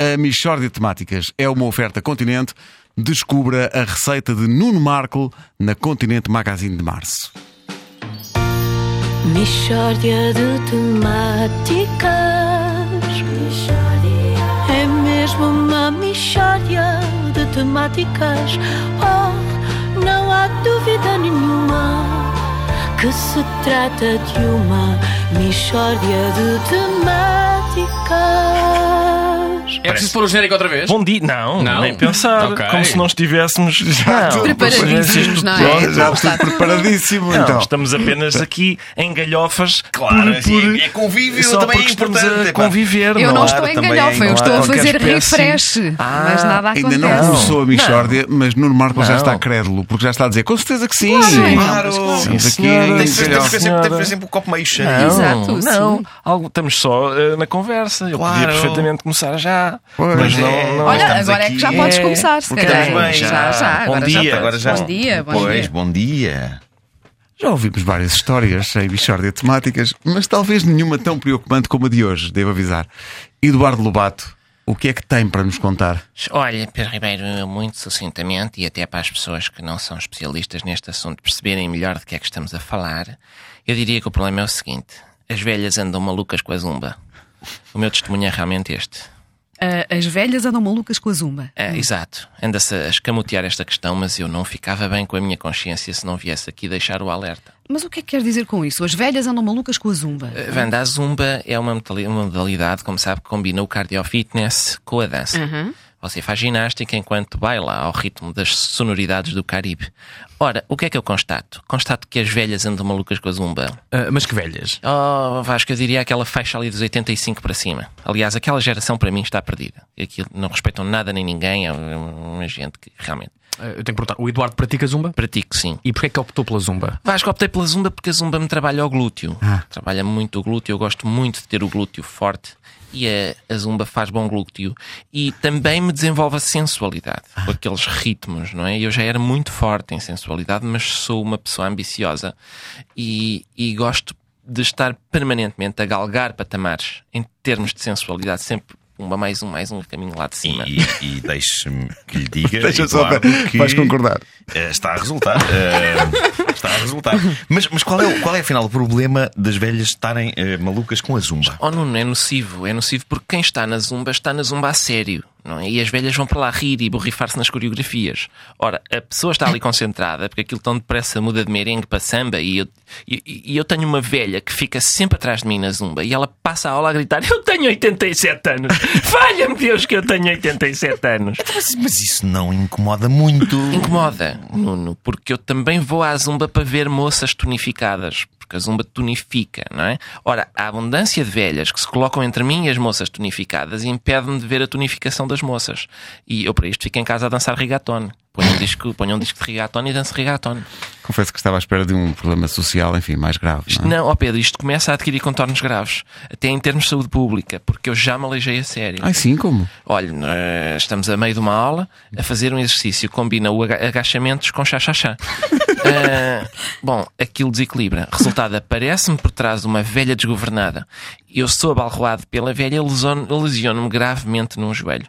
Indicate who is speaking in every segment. Speaker 1: A Michórdia de Temáticas é uma oferta Continente. Descubra a receita de Nuno Marco na Continente Magazine de Março.
Speaker 2: Mixórdia de temáticas É mesmo uma mixórdia de temáticas Oh, não há dúvida nenhuma Que se trata de uma mixórdia de temáticas
Speaker 3: É preciso pôr o genérico outra vez?
Speaker 4: Bom dia. Não,
Speaker 3: Não.
Speaker 4: nem pensar.
Speaker 3: Ok.
Speaker 4: Como se não estivéssemos já
Speaker 5: Preparadíssimos, não é?
Speaker 1: Já estou Ah, preparadíssimo,
Speaker 4: Não,
Speaker 1: então.
Speaker 4: estamos apenas aqui em galhofas.
Speaker 6: Claro,
Speaker 4: por- por-
Speaker 6: é- é convívio,
Speaker 4: só
Speaker 6: também
Speaker 4: porque
Speaker 6: é
Speaker 4: estamos a
Speaker 6: importante, pá.
Speaker 4: conviver,
Speaker 5: Eu não
Speaker 4: não é?
Speaker 5: estou em
Speaker 6: também
Speaker 5: galhofa,
Speaker 6: é,
Speaker 5: eu
Speaker 6: não
Speaker 5: estou
Speaker 6: há
Speaker 5: a
Speaker 6: qualquer
Speaker 5: fazer
Speaker 4: espécie.
Speaker 5: refresh. Mas nada
Speaker 1: Ainda
Speaker 5: acontece.
Speaker 1: não começou a Michórdia, mas Nuno Marco já
Speaker 4: Não.
Speaker 1: está crédulo, porque já está a dizer com certeza que sim.
Speaker 5: Claro.
Speaker 6: Claro.
Speaker 1: Estamos aqui
Speaker 4: senhora.
Speaker 1: em
Speaker 6: Tem que
Speaker 4: Sim,
Speaker 6: ser-
Speaker 1: Calhau.
Speaker 6: tem que ser sempre- tem que
Speaker 4: senhora.
Speaker 6: ser sempre o copo meio cheio.
Speaker 4: Não,
Speaker 5: Exato,
Speaker 4: não.
Speaker 5: sim.
Speaker 4: Algo, estamos só eh, na conversa. Eu podia
Speaker 6: Claro.
Speaker 4: perfeitamente começar já.
Speaker 1: Pois é.
Speaker 4: mas não. não-
Speaker 5: Olha,
Speaker 6: Estamos
Speaker 5: agora é
Speaker 6: aqui,
Speaker 5: que já
Speaker 6: é,
Speaker 5: podes começar, se
Speaker 6: porque
Speaker 5: calhar.
Speaker 6: estamos bem,
Speaker 5: já,
Speaker 6: já.
Speaker 5: já,
Speaker 4: Bom
Speaker 5: agora
Speaker 4: dia,
Speaker 5: já
Speaker 6: Agora
Speaker 5: podes.
Speaker 6: já.
Speaker 5: Bom dia, bom
Speaker 6: pois,
Speaker 5: dia.
Speaker 6: bom dia.
Speaker 1: Já ouvimos várias histórias em Bichórdia de Temáticas, mas talvez nenhuma tão preocupante como a de hoje, devo avisar. Eduardo Lobato, o que é que tem para nos contar?
Speaker 7: Olha, Pedro Ribeiro, eu muito sucintamente, e até para as pessoas que não são especialistas neste assunto perceberem melhor de que é que estamos a falar, eu diria que o problema é o seguinte: as velhas andam malucas com a zumba. O meu testemunho é realmente este.
Speaker 5: Ah, as velhas andam malucas com a zumba.
Speaker 7: É, Exato, anda-se a escamotear esta questão, mas eu não ficava bem com a minha consciência se não viesse aqui deixar o alerta.
Speaker 5: Mas o que é que quer dizer com isso? As velhas andam malucas com a zumba.
Speaker 7: Eh, Wanda, a zumba é uma metali- uma modalidade, como sabe, que combina o cardiofitness com a dança. Você faz ginástica enquanto baila ao ritmo das sonoridades do Caribe. Ora, o que é que eu constato? Constato que as velhas andam malucas com a zumba.
Speaker 3: Ah, mas que velhas.
Speaker 7: Oh, Vasco, eu diria aquela faixa ali dos 85 para cima. Aliás, aquela geração para mim está perdida. Aquilo não respeitam nada nem ninguém. É uma gente que realmente.
Speaker 3: Ah, eu tenho que perguntar: o Eduardo pratica zumba?
Speaker 7: Pratico sim.
Speaker 3: E porquê é que optou pela zumba?
Speaker 7: Vasco, optei pela zumba porque a zumba me trabalha o glúteo. Trabalha muito o glúteo, eu gosto muito de ter o glúteo forte e a, a zumba faz bom glúteo. E também me desenvolve a sensualidade, com aqueles ritmos, não é? Eu já era muito forte em sensualidade, mas sou uma pessoa ambiciosa e, e gosto de estar permanentemente a galgar patamares em termos de sensualidade, sempre uma mais um, mais um caminho lá de cima.
Speaker 6: E, e deixe-me que lhe diga.
Speaker 1: Deixa eu só
Speaker 6: Eduardo,
Speaker 1: ver.
Speaker 6: que
Speaker 1: Vais concordar.
Speaker 6: eh, Está a resultar. eh, Está a resultar. Mas, mas qual, é, o- qual é afinal o problema das velhas estarem eh, malucas com a zumba?
Speaker 7: Oh, Nuno, é nocivo. É nocivo porque quem está na zumba está na zumba a sério. Não é? E as velhas vão para lá rir e borrifar-se nas coreografias. Ora, a pessoa está ali concentrada porque aquilo tão depressa muda de merengue para samba. E eu, e- e eu tenho uma velha que fica sempre atrás de mim na zumba e ela passa a aula a gritar: Eu tenho 87 anos! Falha-me Deus que eu tenho 87 anos!
Speaker 6: Mas, mas isso não incomoda muito.
Speaker 7: Incomoda, Nuno, porque eu também vou à zumba para ver moças tonificadas, porque a zumba tonifica, não é? Ora, a abundância de velhas que se colocam entre mim e as moças tonificadas impede-me de ver a tonificação das moças. E eu, para isto, fico em casa a dançar rigatone. Ponho um disco, ponho um disco de rigatone e danço rigatone.
Speaker 1: Confesso que estava à espera de um problema social, enfim, mais grave. Não é?
Speaker 7: Não, ó Pedro, isto começa a adquirir contornos graves, até em termos de saúde pública, porque eu já me aleijei a sério.
Speaker 1: Ai, sim, como?
Speaker 7: Olha, eh, estamos a meio de uma aula a fazer um exercício que combina o aga- agachamentos com chá-chá-chá. Eh, bom, aquilo desequilibra. Resultado, aparece-me por trás de uma velha desgovernada. Eu sou abalroado pela velha, lesion- lesiono-me gravemente num joelho.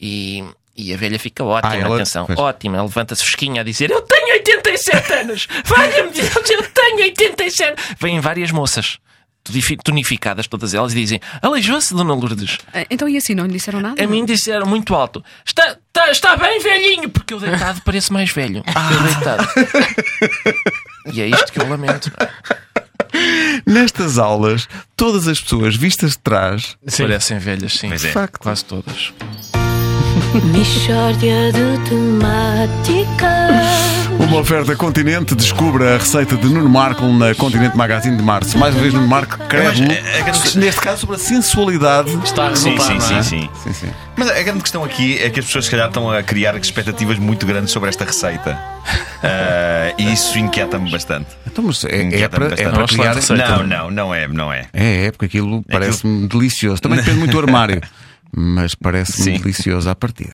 Speaker 7: E, e a velha fica ótima,
Speaker 1: Ah, ela-
Speaker 7: atenção,
Speaker 1: pois.
Speaker 7: ótima. Ela Levanta-se fresquinha a dizer: Eu tenho 87 anos! Valha-me Deus, eu tenho 87! Vêm várias moças. tonifi- Tonificadas todas elas e dizem: Aleijou-se, Dona Lourdes.
Speaker 5: Ah, Então e assim, não lhe disseram nada?
Speaker 7: A mim disseram muito alto: está, está, está bem velhinho, porque eu deitado pareço mais velho. Eu deitado. E é isto que eu lamento.
Speaker 1: Nestas aulas, todas as pessoas vistas de trás.
Speaker 5: eh,
Speaker 7: Parecem velhas, sim.
Speaker 6: Pois é.
Speaker 7: Quase todas.
Speaker 2: Mixórdia de temáticas
Speaker 1: Uma oferta Continente, descubra a receita de Nuno Marco na Continente Magazine de Março. Mais uma vez, Nuno Marco, crédulo.
Speaker 6: Mas, a- a grande questão-
Speaker 1: Neste caso, sobre a sensualidade.
Speaker 3: Está a
Speaker 6: Sim,
Speaker 3: resultar,
Speaker 6: sim,
Speaker 3: não
Speaker 6: sim,
Speaker 3: é?
Speaker 6: sim.
Speaker 1: Sim, sim.
Speaker 6: Mas a grande questão aqui é que as pessoas, se calhar, estão a criar expectativas muito grandes sobre esta receita. Ah, E isso inquieta-me bastante.
Speaker 1: Então, mas é, é
Speaker 6: Inquieta-me
Speaker 1: para, é
Speaker 6: bastante.
Speaker 1: para criar.
Speaker 6: Não, não, não é, não é.
Speaker 1: É, é, porque aquilo parece-me delicioso. Também depende muito do armário, mas parece-me delicioso à partida.